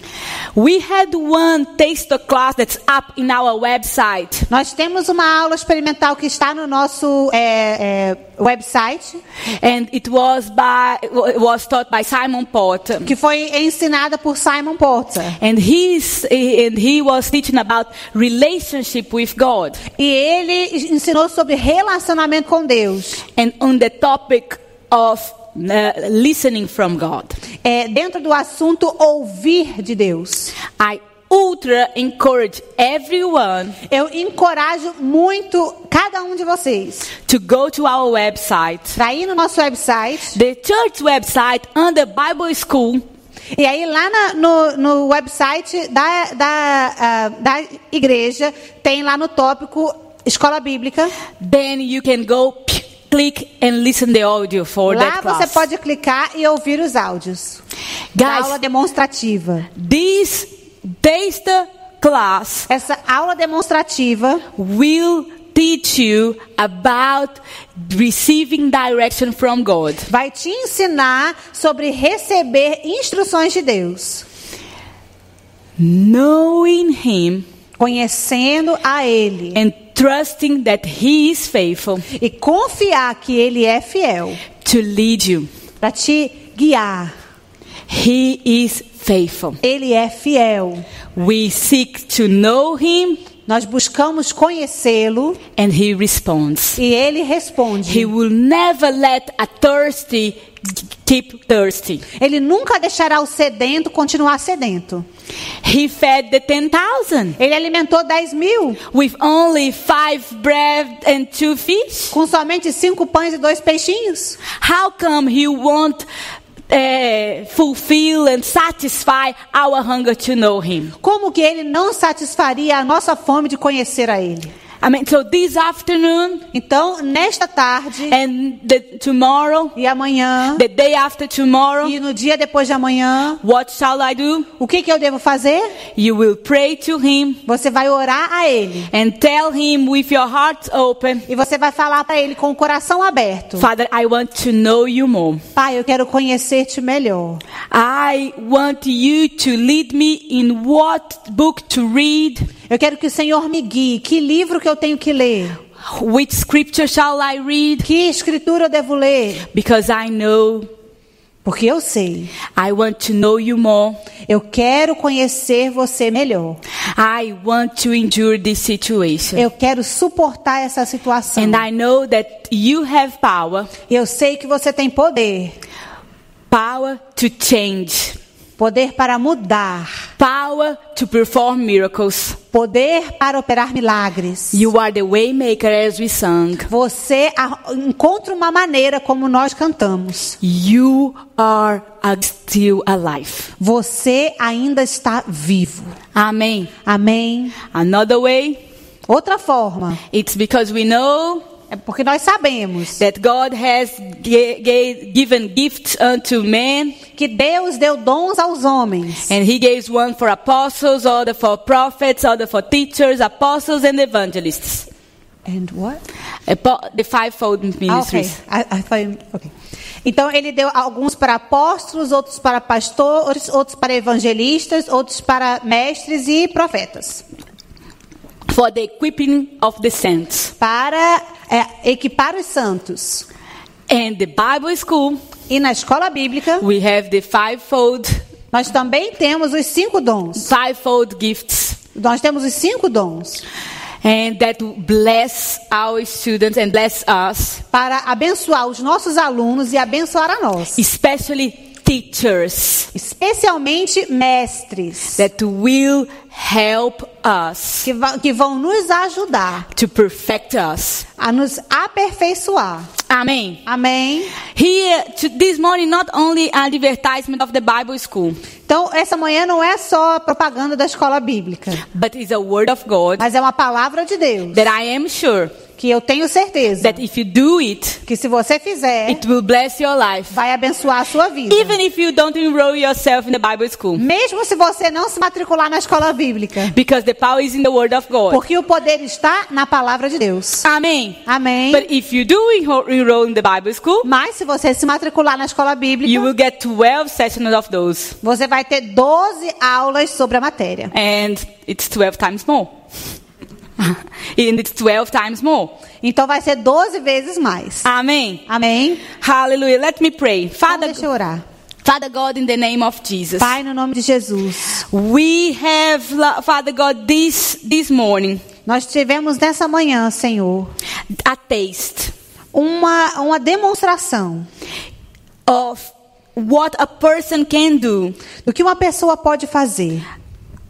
Speaker 1: We had one taster class that's up in our website.
Speaker 2: Nós temos uma aula experimental que está no nosso é, é, website,
Speaker 1: And it was by it was taught by Simon Porter.
Speaker 2: que foi ensinada por Simon Porter.
Speaker 1: And he is, and he was teaching about relationship with God.
Speaker 2: E ele ensinou sobre relacionamento com Deus,
Speaker 1: And on the topic of uh, listening from God.
Speaker 2: é, dentro do assunto ouvir de Deus.
Speaker 1: I ultra encourage everyone
Speaker 2: Eu encorajo muito cada um de vocês
Speaker 1: to go to our website.
Speaker 2: para ir no nosso website.
Speaker 1: The church website under Bible School
Speaker 2: E aí lá na- no, no website da, da, ah, da igreja tem lá no tópico Escola Bíblica.
Speaker 1: Then you can go p- click and listen the audio for
Speaker 2: Lá
Speaker 1: that
Speaker 2: você
Speaker 1: class.
Speaker 2: pode clicar e ouvir os áudios. Da aula
Speaker 1: Guys,
Speaker 2: demonstrativa.
Speaker 1: this taster class
Speaker 2: Essa aula demonstrativa
Speaker 1: will teach you about receiving direction from God.
Speaker 2: vai te ensinar sobre receber instruções de Deus,
Speaker 1: Knowing Him
Speaker 2: conhecendo a Ele
Speaker 1: and trusting that He is faithful
Speaker 2: e confiar que Ele é fiel
Speaker 1: to lead you.
Speaker 2: para te guiar.
Speaker 1: He is faithful.
Speaker 2: Ele é fiel.
Speaker 1: We seek to know him
Speaker 2: Nós buscamos conhecê-lo
Speaker 1: and he responds.
Speaker 2: e ele
Speaker 1: He
Speaker 2: responde.
Speaker 1: will never let a thirsty keep thirsty.
Speaker 2: Ele nunca deixará o sedento continuar sedento.
Speaker 1: He fed the 10,000
Speaker 2: Ele alimentou 10 mil
Speaker 1: with only five bread and two fish.
Speaker 2: com somente cinco pães e dois peixinhos.
Speaker 1: How come he won't eh, fulfill and satisfy our hunger to know him?
Speaker 2: Como que ele não satisfaria a nossa fome de conhecer a ele?
Speaker 1: I mean, so this afternoon
Speaker 2: Então, nesta tarde
Speaker 1: and the, tomorrow,
Speaker 2: e amanhã
Speaker 1: the day after tomorrow,
Speaker 2: e no dia depois de amanhã,
Speaker 1: what shall I do?
Speaker 2: o que, que eu devo fazer?
Speaker 1: You will pray to him
Speaker 2: Você vai orar a ele
Speaker 1: and tell him with your heart open,
Speaker 2: e você vai falar para ele com o coração aberto.
Speaker 1: Father, I want to know you more.
Speaker 2: Pai, eu quero conhecer-te melhor.
Speaker 1: I want you to lead me in what book to read,
Speaker 2: Eu quero que o Senhor me guie. Que livro que eu tenho que ler?
Speaker 1: which scripture shall I read,
Speaker 2: Que escritura eu devo ler?
Speaker 1: because I know
Speaker 2: Porque eu sei.
Speaker 1: I want to know you more.
Speaker 2: Eu quero conhecer você melhor.
Speaker 1: I want to endure this situation.
Speaker 2: Eu quero suportar essa situação.
Speaker 1: And I know that you have power,
Speaker 2: Eu sei que você tem poder.
Speaker 1: power to change,
Speaker 2: Poder para mudar.
Speaker 1: power to perform miracles.
Speaker 2: Poder para operar milagres.
Speaker 1: You are the waymaker as we sung.
Speaker 2: Você a- encontra uma maneira como nós cantamos.
Speaker 1: You are a- still alive.
Speaker 2: Você ainda está vivo.
Speaker 1: Amen.
Speaker 2: Amém.
Speaker 1: Another way,
Speaker 2: Outra forma
Speaker 1: it's because we know
Speaker 2: é porque nós sabemos
Speaker 1: that God has ga- ga- given gifts unto men,
Speaker 2: que Deus deu dons aos homens.
Speaker 1: and He gives one for apostles, other for prophets, other for teachers, apostles, and evangelists.
Speaker 2: And what?
Speaker 1: Apo- the fivefold
Speaker 2: Ah, ok.
Speaker 1: ministries.
Speaker 2: I- I thought- ok. Então ele deu alguns para apóstolos, outros para pastores, outros para evangelistas, outros para mestres e profetas,
Speaker 1: For the equipping of the saints.
Speaker 2: para é, equipar os santos.
Speaker 1: And the Bible school,
Speaker 2: E na escola bíblica
Speaker 1: we have the fivefold,
Speaker 2: nós também temos os cinco dons.
Speaker 1: fivefold gifts.
Speaker 2: Nós temos os cinco dons
Speaker 1: And that bless our students and bless us,
Speaker 2: para abençoar os nossos alunos e abençoar a nós,
Speaker 1: especially teachers
Speaker 2: especialmente mestres
Speaker 1: that will help us
Speaker 2: que va- que vão nos ajudar
Speaker 1: to perfect us.
Speaker 2: a nos aperfeiçoar.
Speaker 1: Amen.
Speaker 2: Amém.
Speaker 1: Here to this morning, not only an advertisement of the Bible school,
Speaker 2: Então, essa manhã não é só propaganda da escola bíblica,
Speaker 1: but it's a word of God
Speaker 2: mas é uma palavra de Deus,
Speaker 1: that I am sure
Speaker 2: que eu tenho certeza
Speaker 1: that if you do it,
Speaker 2: que se você fizer,
Speaker 1: it will bless your life.
Speaker 2: vai abençoar a sua vida.
Speaker 1: Even if you don't enroll yourself in the Bible school,
Speaker 2: Mesmo se você não se matricular na escola bíblica,
Speaker 1: because the power is in the word of God.
Speaker 2: porque o poder está na palavra de Deus.
Speaker 1: Amen.
Speaker 2: Amém.
Speaker 1: But if you do enro- enroll in the Bible school,
Speaker 2: Mas se você se matricular na escola
Speaker 1: you
Speaker 2: bíblica,
Speaker 1: will get 12 sessions of those.
Speaker 2: você vai ter 12 aulas sobre a matéria.
Speaker 1: And it's 12 times more. and it's 12 times more.
Speaker 2: Então vai ser 12 vezes mais.
Speaker 1: Amen.
Speaker 2: Amém?
Speaker 1: Hallelujah. Let me pray.
Speaker 2: Então,
Speaker 1: Father,
Speaker 2: deixa eu orar.
Speaker 1: Father God, in the name of Jesus.
Speaker 2: Pai, no nome de Jesus.
Speaker 1: We have, lo- Father God, this, this morning,
Speaker 2: Nós tivemos nessa manhã, Senhor,
Speaker 1: a taste
Speaker 2: uma, uma demonstração
Speaker 1: of what a person can do
Speaker 2: do que uma pessoa pode fazer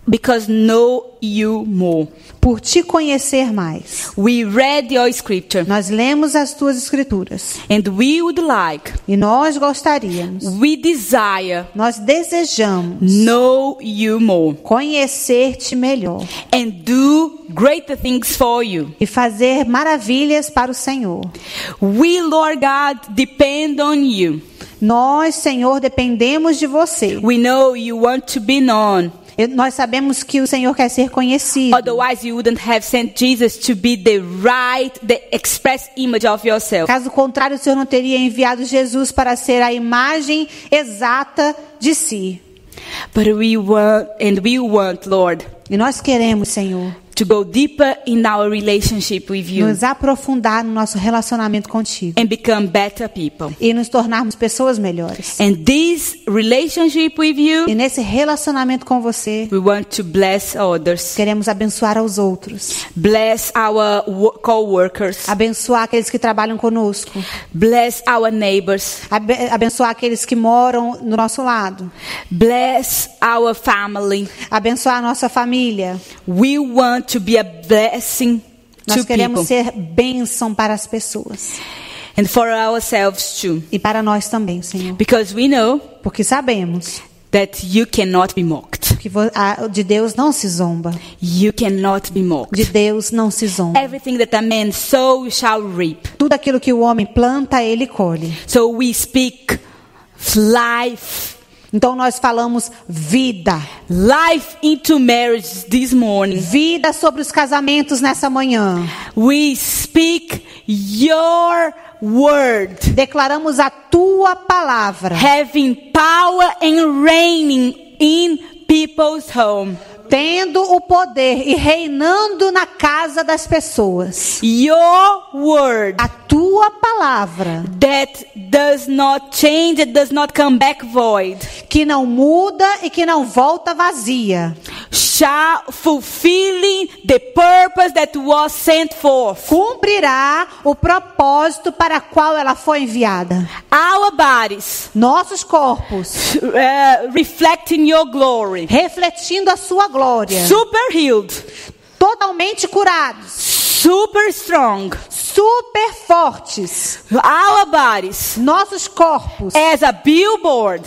Speaker 1: because know you more.
Speaker 2: por te conhecer mais.
Speaker 1: We read your scripture
Speaker 2: Nós lemos as tuas escrituras
Speaker 1: and we would like,
Speaker 2: e nós gostaríamos,
Speaker 1: we desire,
Speaker 2: nós desejamos
Speaker 1: know you more
Speaker 2: conhecer-te melhor
Speaker 1: and do greater things for you.
Speaker 2: e fazer maravilhas para o Senhor.
Speaker 1: We, Lord God, depend on you.
Speaker 2: Nós, Senhor, dependemos de você.
Speaker 1: We know you want to be known.
Speaker 2: E Nós sabemos que o Senhor quer ser conhecido.
Speaker 1: Otherwise, you wouldn't have sent Jesus to be the right, the express image of yourself.
Speaker 2: Caso contrário, o Senhor não teria enviado Jesus para ser a imagem exata de si.
Speaker 1: But we want, and we want, Lord,
Speaker 2: E nós queremos, Senhor,
Speaker 1: to go deeper in our relationship with you
Speaker 2: nos aprofundar no nosso relacionamento contigo
Speaker 1: and become better people.
Speaker 2: e nos tornarmos pessoas melhores.
Speaker 1: And this relationship with
Speaker 2: E
Speaker 1: you,
Speaker 2: nesse relacionamento com você,
Speaker 1: we want to bless others,
Speaker 2: queremos abençoar aos outros,
Speaker 1: bless our wo- co-workers,
Speaker 2: abençoar aqueles que trabalham conosco,
Speaker 1: bless our neighbors,
Speaker 2: abe- abençoar aqueles que moram no nosso lado,
Speaker 1: bless our family.
Speaker 2: abençoar a nossa família.
Speaker 1: We want to be a blessing
Speaker 2: Nós
Speaker 1: to people
Speaker 2: queremos ser bênção para as pessoas
Speaker 1: and for ourselves too,
Speaker 2: e para nós também, Senhor.
Speaker 1: because we know
Speaker 2: Porque sabemos
Speaker 1: that you cannot be mocked.
Speaker 2: que vo- a- de Deus não se zomba.
Speaker 1: You cannot be mocked.
Speaker 2: De Deus não se zomba.
Speaker 1: Everything that a man sow shall reap.
Speaker 2: Tudo aquilo que o homem planta, ele colhe.
Speaker 1: So we speak life,
Speaker 2: Então nós falamos vida.
Speaker 1: life into marriage this morning.
Speaker 2: Vida sobre os casamentos nessa manhã.
Speaker 1: We speak your word,
Speaker 2: Declaramos a tua palavra
Speaker 1: having power and reigning in people's home.
Speaker 2: tendo o poder e reinando na casa das pessoas.
Speaker 1: Your word
Speaker 2: A tua palavra
Speaker 1: that does not change, it does not come back void,
Speaker 2: que não muda e que não volta vazia.
Speaker 1: shall fulfilling the purpose that was sent forth.
Speaker 2: cumprirá o propósito para qual ela foi enviada.
Speaker 1: Our bodies
Speaker 2: Nossos corpos,
Speaker 1: uh, reflecting your glory.
Speaker 2: refletindo a sua glória,
Speaker 1: Super healed,
Speaker 2: totalmente curados,
Speaker 1: super strong.
Speaker 2: super fortes.
Speaker 1: Our bodies
Speaker 2: Nossos corpos,
Speaker 1: as a billboard,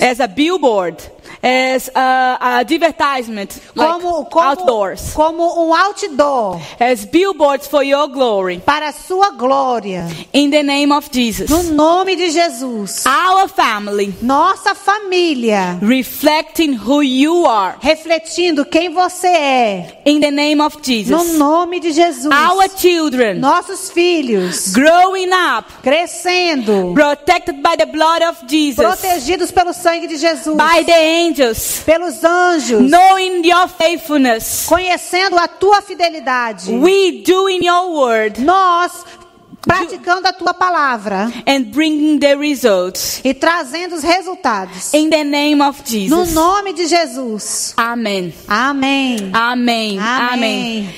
Speaker 2: É,
Speaker 1: as a billboard, as a, a advertisement, like
Speaker 2: como, como,
Speaker 1: outdoors,
Speaker 2: como um outdoor
Speaker 1: as billboards for your glory.
Speaker 2: para a sua glória.
Speaker 1: In the name of Jesus.
Speaker 2: No nome de Jesus,
Speaker 1: Our family
Speaker 2: nossa família,
Speaker 1: reflecting who you are.
Speaker 2: refletindo quem você é.
Speaker 1: In the name of
Speaker 2: No
Speaker 1: Jesus.
Speaker 2: nome de Jesus,
Speaker 1: Our children
Speaker 2: nossos filhos,
Speaker 1: growing up,
Speaker 2: crescendo.
Speaker 1: protected by the blood of Jesus,
Speaker 2: protegidos pelo sangue de Jesus,
Speaker 1: by the angels,
Speaker 2: pelos anjos,
Speaker 1: knowing your faithfulness.
Speaker 2: conhecendo a tua fidelidade.
Speaker 1: We doing your word
Speaker 2: Nós praticando a tua palavra
Speaker 1: and bringing the results.
Speaker 2: e trazendo os resultados.
Speaker 1: In the name of
Speaker 2: No
Speaker 1: Jesus.
Speaker 2: nome de Jesus.
Speaker 1: Amen.
Speaker 2: Amém.
Speaker 1: Amen. Amen.
Speaker 2: Amém.